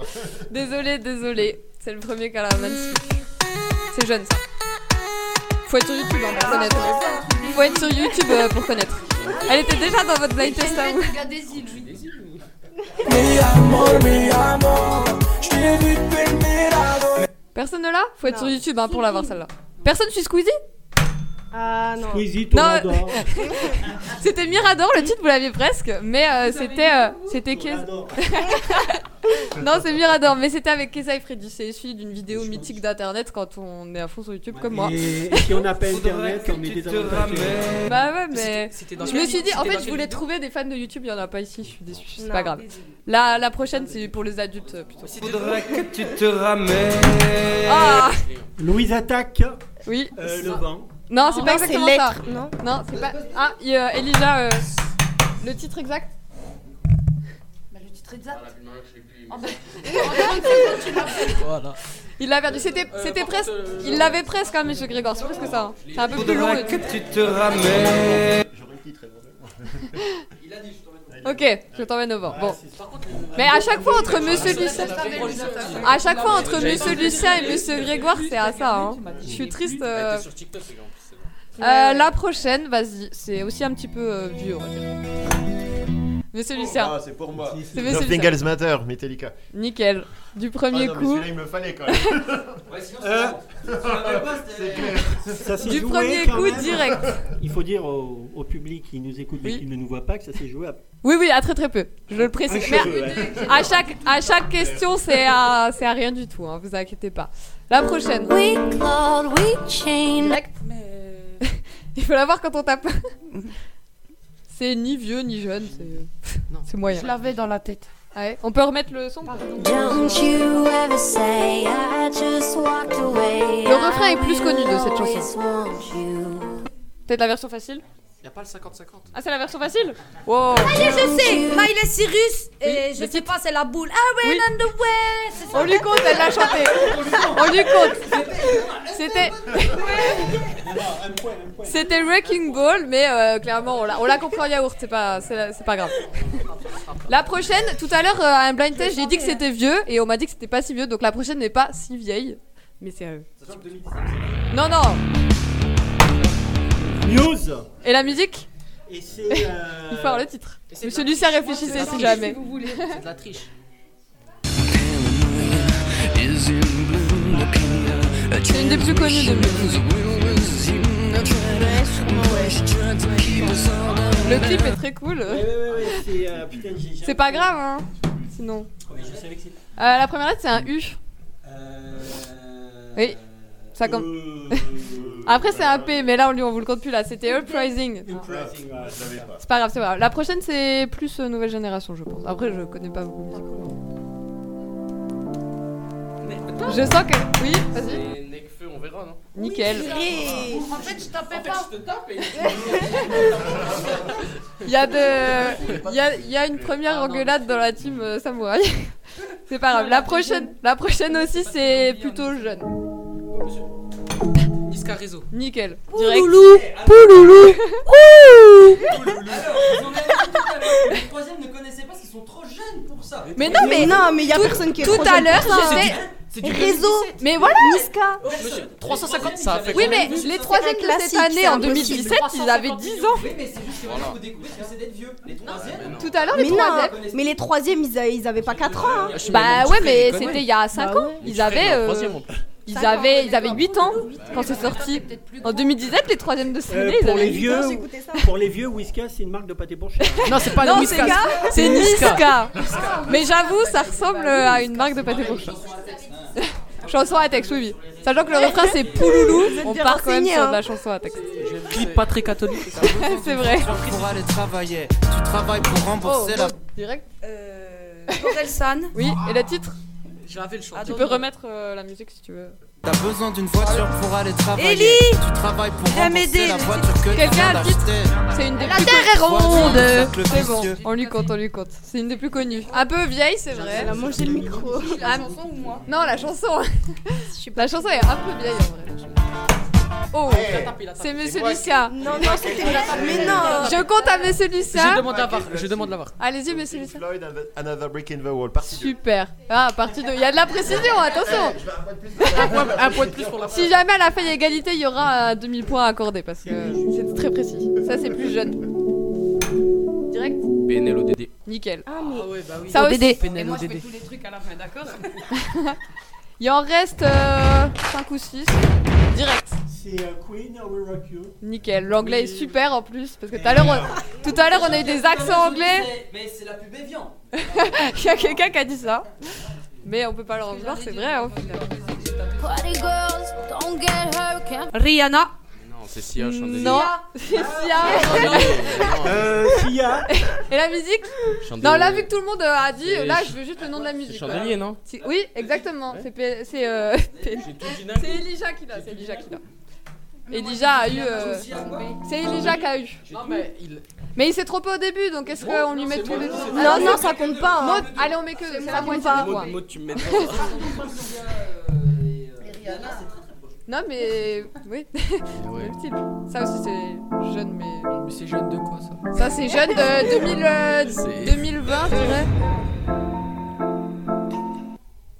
Speaker 1: Désolé, désolé. C'est le premier qu'elle a magnifique. C'est jeune ça. Faut être sur YouTube hein, pour connaître. Faut être sur YouTube euh, pour connaître. Elle était déjà dans votre blind test hein. à vous. Personne ne l'a Faut être sur YouTube hein, pour l'avoir celle-là. Personne suit Squeezie
Speaker 6: Ah non.
Speaker 11: Squeezie,
Speaker 1: Non. C'était Mirador le titre, vous l'aviez presque, mais euh, c'était euh, c'était qu'est- non, c'est Mirador, mais c'était avec Kesa et Freddy. C'est issu d'une vidéo mythique d'internet quand on est à fond sur YouTube comme moi.
Speaker 11: Et si on n'a pas internet, on est désavantagé.
Speaker 12: ramènes.
Speaker 1: Bah ouais, mais
Speaker 12: c'était dans
Speaker 1: je
Speaker 12: quelle
Speaker 1: me suis dit,
Speaker 12: vidéo
Speaker 1: en
Speaker 12: C'était
Speaker 1: fait,
Speaker 12: dans
Speaker 1: je voulais
Speaker 12: quelle
Speaker 1: trouver des fans de YouTube, il y en a pas ici, je suis déçue, c'est
Speaker 12: Non,
Speaker 1: pas grave.
Speaker 12: désolée.
Speaker 1: La, la prochaine, c'est pour les adultes euh, plutôt.
Speaker 12: Faudrait que
Speaker 11: Tu te ramènes.
Speaker 1: Ah
Speaker 11: Louise attaque. euh,
Speaker 1: Oui.
Speaker 11: le vent.
Speaker 1: Non, c'est pas
Speaker 6: Non, c'est
Speaker 1: exactement ça.
Speaker 6: lettre. Non.
Speaker 1: non c'est pas. Ah, il y a, euh, Elijah, euh, le titre exact
Speaker 6: Le titre exact.
Speaker 12: Voilà.
Speaker 1: Il l'a perdu. C'était c'était presque. Il l'avait presque, hein, monsieur Grégor. C'est presque ça. hein. C'est un peu plus long.
Speaker 11: Faudrait
Speaker 1: le
Speaker 11: que
Speaker 1: titre.
Speaker 11: tu te ramènes.
Speaker 31: J'aurais le titre éventuellement.
Speaker 12: Il a dit, je t'emmène.
Speaker 1: Ok, je t'emmène au vent. Bon. Mais à chaque fois entre Monsieur Lucien, à chaque fois entre Monsieur Lucien et Monsieur Grégoire, c'est à ça. hein. Je suis triste. euh. Euh, la prochaine, vas-y. C'est aussi un petit peu euh, vieux, on va dire. Monsieur Lucien.
Speaker 31: Ah, c'est pour moi.
Speaker 1: C'est monsieur
Speaker 31: Nothing
Speaker 1: Lucien.
Speaker 31: Else Matter, Metallica.
Speaker 1: Nickel. Du premier
Speaker 31: Ah non, mais
Speaker 1: coup.
Speaker 31: celui-là, il me fallait quand même. Euh, c'est clair.
Speaker 11: Ça s'est
Speaker 1: Du
Speaker 11: joué
Speaker 1: premier
Speaker 11: quand
Speaker 1: coup,
Speaker 11: même.
Speaker 1: direct.
Speaker 11: Il faut dire au, au public qui nous écoute mais qui ne nous voit pas que ça s'est joué à
Speaker 1: Oui, oui, à très très peu. Je le précise.
Speaker 11: Un
Speaker 1: Mais
Speaker 11: cheveu, ouais.
Speaker 1: à chaque, à chaque question, c'est à, c'est à rien du tout. Hein, vous inquiétez pas. La prochaine.
Speaker 33: We clawed, we chained.
Speaker 1: Direct. Il faut la voir quand on tape. c'est ni vieux ni jeune. C'est, c'est moyen. Ah
Speaker 6: Je l'avais dans la tête.
Speaker 1: Ouais, On peut remettre le son. pardon.
Speaker 33: Don't you ever say I just walked away.
Speaker 1: Le refrain est plus connu de cette chanson.
Speaker 33: Always want you.
Speaker 1: Peut-être la version facile.
Speaker 12: Y'a pas le 50-50.
Speaker 1: Ah, c'est la version facile. Wow.
Speaker 6: Ça y est, je sais Miley Cyrus et
Speaker 1: Oui,
Speaker 6: je
Speaker 1: le
Speaker 6: sais pas, c'est la boule. I went on the way c'est ça.
Speaker 1: On lui compte, elle l'a chanté. On lui compte. C'était. C'était Wrecking Ball, mais euh, clairement, on l'a- on l'a compris en yaourt, c'est pas, c'est c'est pas grave. La prochaine, tout à l'heure, euh, à un blind test, j'ai dit que c'était vieux et on m'a dit que c'était pas si vieux, donc la prochaine n'est pas si vieille. Mais sérieux. Non, non
Speaker 11: News.
Speaker 1: Et la musique
Speaker 11: Et c'est. euh,
Speaker 1: Il faut avoir le titre.
Speaker 12: Et c'est
Speaker 1: Monsieur
Speaker 12: de la
Speaker 1: Lucien,
Speaker 12: triche.
Speaker 1: réfléchissez
Speaker 12: Moi, c'est
Speaker 1: si
Speaker 12: de la triche,
Speaker 1: jamais.
Speaker 12: si vous voulez. C'est de la triche.
Speaker 1: C'est une des plus connues de Muse. Le clip est très cool.
Speaker 11: Ouais, ouais, ouais, ouais, c'est. euh, putain, j'ai jamais-
Speaker 1: C'est pas grave, hein Sinon.
Speaker 11: Ouais, je savais que c'était-
Speaker 1: Euh, la première lettre, c'est un U.
Speaker 11: euh,
Speaker 1: Oui. Ça comme. Après, c'est un P, mais là, on lui, on vous le compte plus, là. C'était Uprising.
Speaker 11: Uprising, euh, Ah, ouais, je l'avais pas.
Speaker 1: C'est pas grave, c'est pas grave. La prochaine, c'est plus euh, nouvelle génération, je pense. Après, je connais pas beaucoup. Je sens que. Oui, vas-y.
Speaker 12: C'est Necfeu, on verra, non
Speaker 1: Nickel.
Speaker 6: En fait, je tapais pas.
Speaker 12: Je te tape et.
Speaker 1: Il y a de, il y a, il y a une première engueulade dans la team euh, samouraï. C'est pas grave. La prochaine, la prochaine aussi, c'est plutôt jeune.
Speaker 12: Niska Réseau.
Speaker 1: Nickel. Pouloulou, pouloulou.
Speaker 18: Les troisièmes ne connaissaient pas parce qu'ils sont trop jeunes pour ça.
Speaker 1: Mais non, mais,
Speaker 18: non,
Speaker 1: mais il y a personne
Speaker 18: qui est
Speaker 1: Tout
Speaker 18: trop
Speaker 1: à
Speaker 18: jeune
Speaker 1: l'heure,
Speaker 18: pour ça.
Speaker 1: j'avais
Speaker 18: C'est du- c'est du
Speaker 1: réseau.
Speaker 18: 2017.
Speaker 1: Mais voilà.
Speaker 18: Niska.
Speaker 12: Oh, monsieur, 350, ça a fait
Speaker 1: Oui,
Speaker 12: quand
Speaker 1: mais
Speaker 12: même plus.
Speaker 1: les troisièmes de cette
Speaker 18: classique,
Speaker 1: année,
Speaker 18: c'est
Speaker 1: en
Speaker 18: impossible.
Speaker 1: 2017, ils avaient 10 ans.
Speaker 18: Oui, mais c'est juste que
Speaker 12: Voilà.
Speaker 18: maintenant, vous découvrez ce que c'est d'être vieux. Les troisièmes.
Speaker 1: Tout à l'heure, les
Speaker 15: mais non,
Speaker 1: troisièmes.
Speaker 15: mais les troisièmes, ils, a- ils avaient pas 4 ans. hein.
Speaker 1: Bah ouais, mais c'était il y a
Speaker 11: Bah
Speaker 1: 5 ans. Ils avaient. euh, Ils
Speaker 15: Cinq ans,
Speaker 1: avaient, ils avaient 8 ans quand c'est sorti. En 2017, les troisièmes de cette
Speaker 11: Euh,
Speaker 1: année, ils
Speaker 11: pour
Speaker 1: avaient
Speaker 11: les
Speaker 1: 8 ans.
Speaker 11: vieux, pour les vieux, Whiskas c'est une marque de pâté pour chien.
Speaker 12: Non, c'est pas
Speaker 1: non,
Speaker 12: Niska,
Speaker 1: c'est Niska. C'est
Speaker 12: c'est
Speaker 1: Niska.
Speaker 12: Niska.
Speaker 1: Mais j'avoue, ça ressemble à une marque de pâté pour chien. Chanson à texte, oui, oui. Sachant que le refrain c'est Pouloulou,
Speaker 12: êtes
Speaker 1: on
Speaker 12: bien
Speaker 1: part quand même
Speaker 12: renseignés,
Speaker 1: sur
Speaker 12: hein.
Speaker 1: de la chanson à texte.
Speaker 12: Clip pas très catholique.
Speaker 1: c'est vrai.
Speaker 18: Pour aller travailler, tu travailles pour rembourser la.
Speaker 1: Direct
Speaker 6: Orelsan.
Speaker 1: Oui, et le titre
Speaker 12: J'avais le chant.
Speaker 1: Tu peux remettre euh, la musique si tu veux.
Speaker 18: T'as besoin d'une voiture pour aller travailler.
Speaker 1: Élie
Speaker 18: tu travailles pour
Speaker 1: Viens
Speaker 18: rembourser
Speaker 1: m'aider,
Speaker 18: la
Speaker 1: le
Speaker 18: voiture que tu
Speaker 1: Quelqu'un
Speaker 11: Ah,
Speaker 18: viens
Speaker 1: a le titre
Speaker 18: d'acheter.
Speaker 1: C'est une des
Speaker 18: La
Speaker 1: plus
Speaker 18: terre est
Speaker 1: connues.
Speaker 18: ronde.
Speaker 1: C'est bon, on lui compte, on lui compte. C'est une des plus connues. Un peu vieille, c'est vrai. Elle a mangé le micro. La chanson ou moi Non, la chanson. La chanson est un peu vieille en vrai. Oh, c'est Monsieur Lucien.
Speaker 15: Non, non, c'était- Mais non.
Speaker 1: Je compte à Monsieur Lucien.
Speaker 31: Je demande la barre, je demande
Speaker 12: la barre.
Speaker 1: Allez-y, Monsieur Lucien.
Speaker 31: Floyd, Another Brick in the Wall, partie deux.
Speaker 1: Super. Ah, à partir de. Il y a de la précision, attention.
Speaker 12: Un point de plus pour la
Speaker 1: Si jamais à la fin il y a égalité, il y aura un demi-point à accorder parce que c'est très précis. Ça, c'est plus jeune. Direct
Speaker 32: PNL ODD.
Speaker 1: Nickel.
Speaker 6: Ah, mais.
Speaker 12: ouais, bah oui.
Speaker 1: Ça aussi.
Speaker 12: PNL ODD.
Speaker 6: les trucs à la fin, d'accord
Speaker 1: euh, Il en reste 5 ou 6. Direct.
Speaker 11: C'est euh, Queen, I Will Rock You.
Speaker 1: Nickel, l'anglais est super en plus parce que tout à l'heure on- tout à l'heure on a eu des accents anglais.
Speaker 34: Mais c'est la pub Evian.
Speaker 1: Il y a quelqu'un qui a dit ça. Mais on peut pas le revoir, c'est vrai hein, au final.
Speaker 35: Party girls, don't get hurt. Can't
Speaker 36: Rihanna.
Speaker 37: Non, c'est Sia, je chante des
Speaker 1: Non, c'est
Speaker 12: Ah.
Speaker 1: Sia.
Speaker 11: Euh, Sia.
Speaker 1: Et la musique
Speaker 37: Chandelier.
Speaker 1: Non, là vu que tout le monde euh, a dit,
Speaker 37: C'est
Speaker 1: là
Speaker 37: ch-
Speaker 1: je veux juste le nom de la musique.
Speaker 37: Chandelier, non
Speaker 1: Si- Oui, exactement. C'est P- c'est euh, P- c'est Elijah qui l'a. C'est Elijah qui l'a. Elijah a eu. euh, C'est Elijah qui a eu.
Speaker 12: Non, mais il.
Speaker 1: Mais il s'est trompé au début, donc est-ce qu'on lui met tous les deux
Speaker 13: Non, non, ça compte pas. hein.
Speaker 1: Maud, allez, on met que c'est la moitié des points.
Speaker 12: Maud, tu me mets
Speaker 1: euh, Non, mais oui, même style. Ça aussi, c'est jeune, mais.
Speaker 12: Ah Mais c'est jeune de quoi ça
Speaker 1: Ça, c'est jeune de 2000, euh, 2020, je dirais.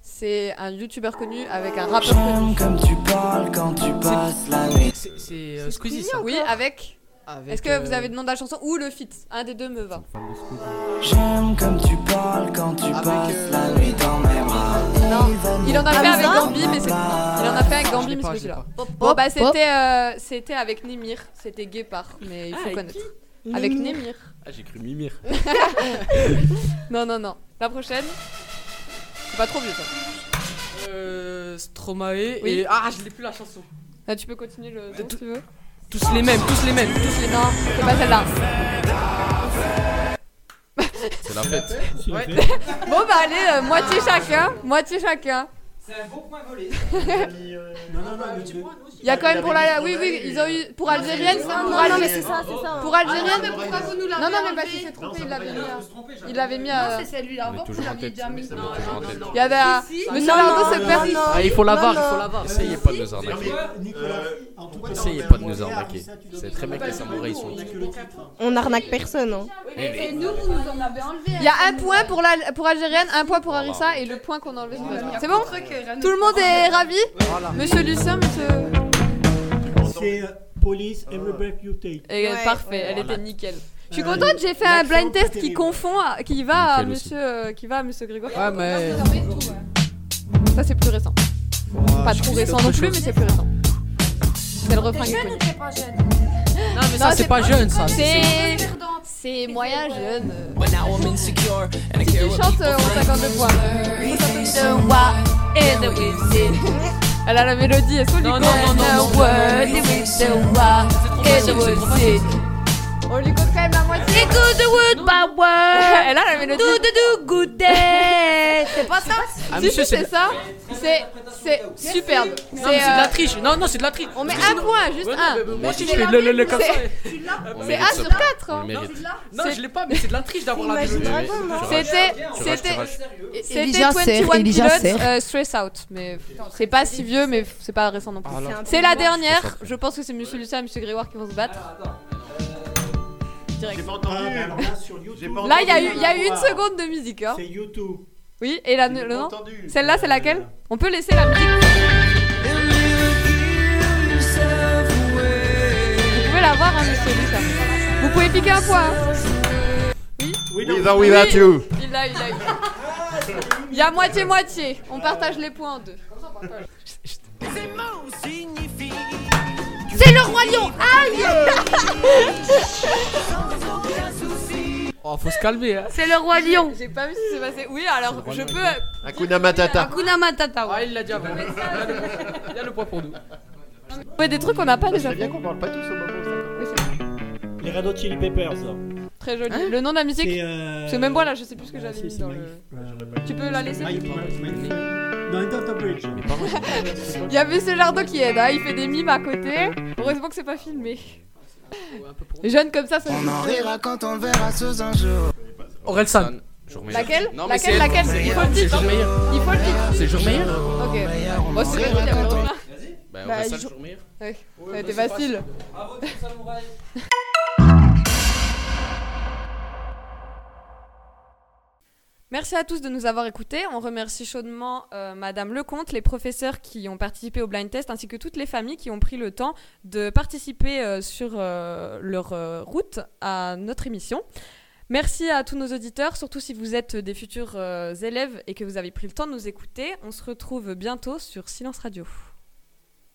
Speaker 1: C'est un youtubeur connu avec un rappeur connu.
Speaker 38: comme tu parles quand tu passes la nuit.
Speaker 12: C'est euh, Squeezie ça
Speaker 1: Oui, avec.
Speaker 12: Avec,
Speaker 1: Est-ce que vous
Speaker 12: euh,
Speaker 1: avez le nom de la chanson ou le feat Un des deux me va.
Speaker 38: J'aime comme tu parles quand tu passes
Speaker 12: euh,
Speaker 38: la nuit dans mes bras.
Speaker 1: Non, il en a fait avec
Speaker 38: Hamza
Speaker 1: Gambi, mais c'est. Il
Speaker 37: Bah,
Speaker 1: en a fait avec Gambi, mais c'est pas celui-là. Bon, bah, c'était euh, c'était avec Nemir. C'était Guépard, mais il
Speaker 37: Ah,
Speaker 1: faut
Speaker 37: avec
Speaker 1: connaître.
Speaker 37: qui
Speaker 1: Avec
Speaker 37: Nemir.
Speaker 1: Nemir.
Speaker 37: Ah, j'ai cru Mimir.
Speaker 1: Non, non, non. La prochaine. C'est pas trop vieux, ça.
Speaker 12: Euh, Stromae
Speaker 1: Oui.
Speaker 12: et. Ah, je l'ai plus la chanson.
Speaker 1: Ah, tu peux continuer le nom si tu veux.
Speaker 12: Tous les mêmes, tous les mêmes, tous les
Speaker 1: Non, c'est pas celle-là.
Speaker 37: C'est la fête.
Speaker 12: Ouais.
Speaker 1: Bon bah allez, euh, moitié chacun, moitié chacun.
Speaker 34: C'est un bon point volé.
Speaker 11: Non, non, non, le- le-
Speaker 1: Il y a quand même pour la, oui oui, ils ont eu pour algérienne,
Speaker 13: c'est ça.
Speaker 1: pour
Speaker 13: Non,
Speaker 1: Algé-
Speaker 13: non, mais c'est ça, c'est ça.
Speaker 1: Pour algérienne,
Speaker 13: Ah non, mais pourquoi vous nous l'avez
Speaker 1: Non non, mais bah
Speaker 13: enlevé
Speaker 1: il s'est trompé, il l'avait mis.
Speaker 13: Non,
Speaker 1: à-
Speaker 13: faut se tromper, j'avais-
Speaker 1: Il l'avait mis.
Speaker 13: Non,
Speaker 1: à-
Speaker 13: c'est celle-là
Speaker 37: On est
Speaker 13: avant, vous
Speaker 37: toujours en
Speaker 13: l'avez
Speaker 37: tête.
Speaker 13: déjà mis.
Speaker 37: On est toujours en tête.
Speaker 1: Il y avait un-
Speaker 13: Si, si.
Speaker 1: Monsieur
Speaker 13: Non,
Speaker 1: Lardo
Speaker 13: non,
Speaker 1: se
Speaker 13: non,
Speaker 1: perd.
Speaker 13: non,
Speaker 37: Ah,
Speaker 13: il faut la voir, il faut la voir.
Speaker 37: Essayez pas de nous arnaquer. Essayez pas de nous arnaquer. C'est très mec, les samouraïs ils sont.
Speaker 13: On arnaque personne. hein.
Speaker 36: C'est nous, vous nous en avez enlevé.
Speaker 1: Il y a un point pour la pour algérienne, un point pour Arissa et le point qu'on a enlevé. c'est pas ça. C'est bon
Speaker 13: euh,
Speaker 1: Tout le monde est ravi Monsieur Lucien, monsieur
Speaker 11: C'est euh, Police, Every Breath You Take.
Speaker 1: Et euh, parfait, elle était
Speaker 11: Voilà.
Speaker 1: nickel. Je suis
Speaker 11: Euh,
Speaker 1: contente, j'ai fait un
Speaker 11: l'accent
Speaker 1: blind test
Speaker 11: pas
Speaker 1: qui
Speaker 11: terrible.
Speaker 1: confond, à- qui va à
Speaker 11: Nickel aussi.
Speaker 1: monsieur, euh, qui va à monsieur Grégoire.
Speaker 12: Ouais, mais-
Speaker 1: Ça c'est plus récent. pas
Speaker 12: je
Speaker 1: trop
Speaker 12: suis
Speaker 1: récent
Speaker 12: autre
Speaker 1: non plus,
Speaker 12: chose.
Speaker 1: mais c'est plus récent. C'est le refrain qui est connu.
Speaker 12: Non, mais ça, c'est pas jeune ça.
Speaker 1: C'est c'est moyen jeune.
Speaker 38: When now I'm insecure and I
Speaker 1: Si tu
Speaker 38: care what
Speaker 1: chantes, euh, on t'accorde le point. Elle a la mélodie, est-ce qu'on lui
Speaker 12: Non,
Speaker 1: compte
Speaker 12: non, non, non, non.
Speaker 1: On lui compte quand même la moitié. Elle a la mélodie.
Speaker 36: C'est pas ça
Speaker 12: Ah,
Speaker 1: Si,
Speaker 12: monsieur,
Speaker 1: si, c'est
Speaker 12: c'est de-
Speaker 1: ça. C'est c'est superbe.
Speaker 12: Non, mais c'est de
Speaker 1: euh,
Speaker 12: la triche. Non, non, c'est de la triche.
Speaker 1: On met un point, juste
Speaker 12: Ouais, non, mais
Speaker 1: un.
Speaker 12: Moi aussi, je fais le le le comme ça.
Speaker 1: C'est-
Speaker 12: On
Speaker 1: C'est
Speaker 12: mérite
Speaker 1: 1
Speaker 12: ce
Speaker 1: sur hein.
Speaker 12: point.
Speaker 1: 4.
Speaker 12: On le mérite. Non, je l'ai pas, mais c'est de la triche d'avoir la
Speaker 37: Imagine
Speaker 12: mélodie.
Speaker 37: Dragon, non Tu rages,
Speaker 1: C'était
Speaker 37: tu rages, tu
Speaker 1: c'était
Speaker 37: rages.
Speaker 1: c'était
Speaker 13: Elijah Serre,
Speaker 1: 21
Speaker 13: Elijah
Speaker 1: Pilots
Speaker 13: Serre.
Speaker 1: euh, Stress Out mais c'est pas si vieux mais c'est pas récent non plus.
Speaker 13: Ah, alors. C'est un peu
Speaker 1: C'est la
Speaker 13: loin.
Speaker 1: dernière, je pense que c'est monsieur Lucien et monsieur Grégoire qui vont se battre. Direct.
Speaker 11: J'ai pas entendu. alors Ah, bah, là, sur YouTube. Ah.
Speaker 1: Là, il y a eu il y a eu une seconde de musique hein.
Speaker 11: C'est YouTube. Euh,
Speaker 1: Oui, et la le nom Celle-là, c'est laquelle On peut laisser la musique. Vous pouvez l'avoir hein monsieur Lucien. Vous pouvez piquer un point. hein.
Speaker 11: With
Speaker 39: or without you.
Speaker 1: Il l'a, il l'a eu. Il y a moitié-moitié. On partage les points en deux.
Speaker 36: C'est le roi lion
Speaker 1: Ah, Aïe
Speaker 12: Oh, faut se calmer, hein.
Speaker 36: C'est le roi lion
Speaker 1: J'ai pas vu ce qui s'est passé. Oui, alors je peux.
Speaker 39: Hakuna Matata.
Speaker 36: Hakuna Matata
Speaker 12: Ah, il l'a dit avant. Il y a le point pour nous.
Speaker 1: Ouais, des trucs qu'on n'a pas déjà fait.
Speaker 39: parle pas tous au moment où ça
Speaker 11: Les Red Hot Chili Peppers. là.
Speaker 1: Très joli. le nom de la musique.
Speaker 11: C'est, euh,
Speaker 1: Parce que même moi là, je sais plus ce que j'avais
Speaker 11: c'est- Ah,
Speaker 1: mis
Speaker 11: c'est
Speaker 1: dans le. Tu peux la laisser
Speaker 11: My- my- my- Non, Under the Bridge.
Speaker 1: Il y a Monsieur Jardin qui aide, hein, il fait des mimes à côté. Heureusement que c'est pas filmé. Jeune comme ça, ça
Speaker 38: On en rira quand on verra sous un jour.
Speaker 12: Aurel San.
Speaker 1: Laquelle
Speaker 12: Non, mais
Speaker 1: Laquelle
Speaker 12: c'est-
Speaker 1: Laquelle
Speaker 12: c'est
Speaker 1: Il faut le
Speaker 12: Jour
Speaker 1: titre.
Speaker 12: meilleur.
Speaker 1: Il faut le titre.
Speaker 12: C'est Jour meilleur.
Speaker 1: Ok. Bon, c'est bon,
Speaker 12: rira
Speaker 1: il y a
Speaker 12: quand on-
Speaker 1: Bruno.
Speaker 12: Vas-y. Bah, on reste à le
Speaker 1: Jour-
Speaker 12: jour meilleur.
Speaker 1: Ouais,
Speaker 12: Ouais,
Speaker 1: ça a
Speaker 12: bah,
Speaker 1: été
Speaker 12: c'est
Speaker 1: facile.
Speaker 34: Bravo, Team Samouraï.
Speaker 1: Merci à tous de nous avoir écoutés. On remercie chaudement euh, Madame Lecomte, les professeurs qui ont participé au blind test, ainsi que toutes les familles qui ont pris le temps de participer euh, sur euh, leur euh, route à notre émission. Merci à tous nos auditeurs, surtout si vous êtes des futurs euh, élèves et que vous avez pris le temps de nous écouter. On se retrouve bientôt sur Silence Radio.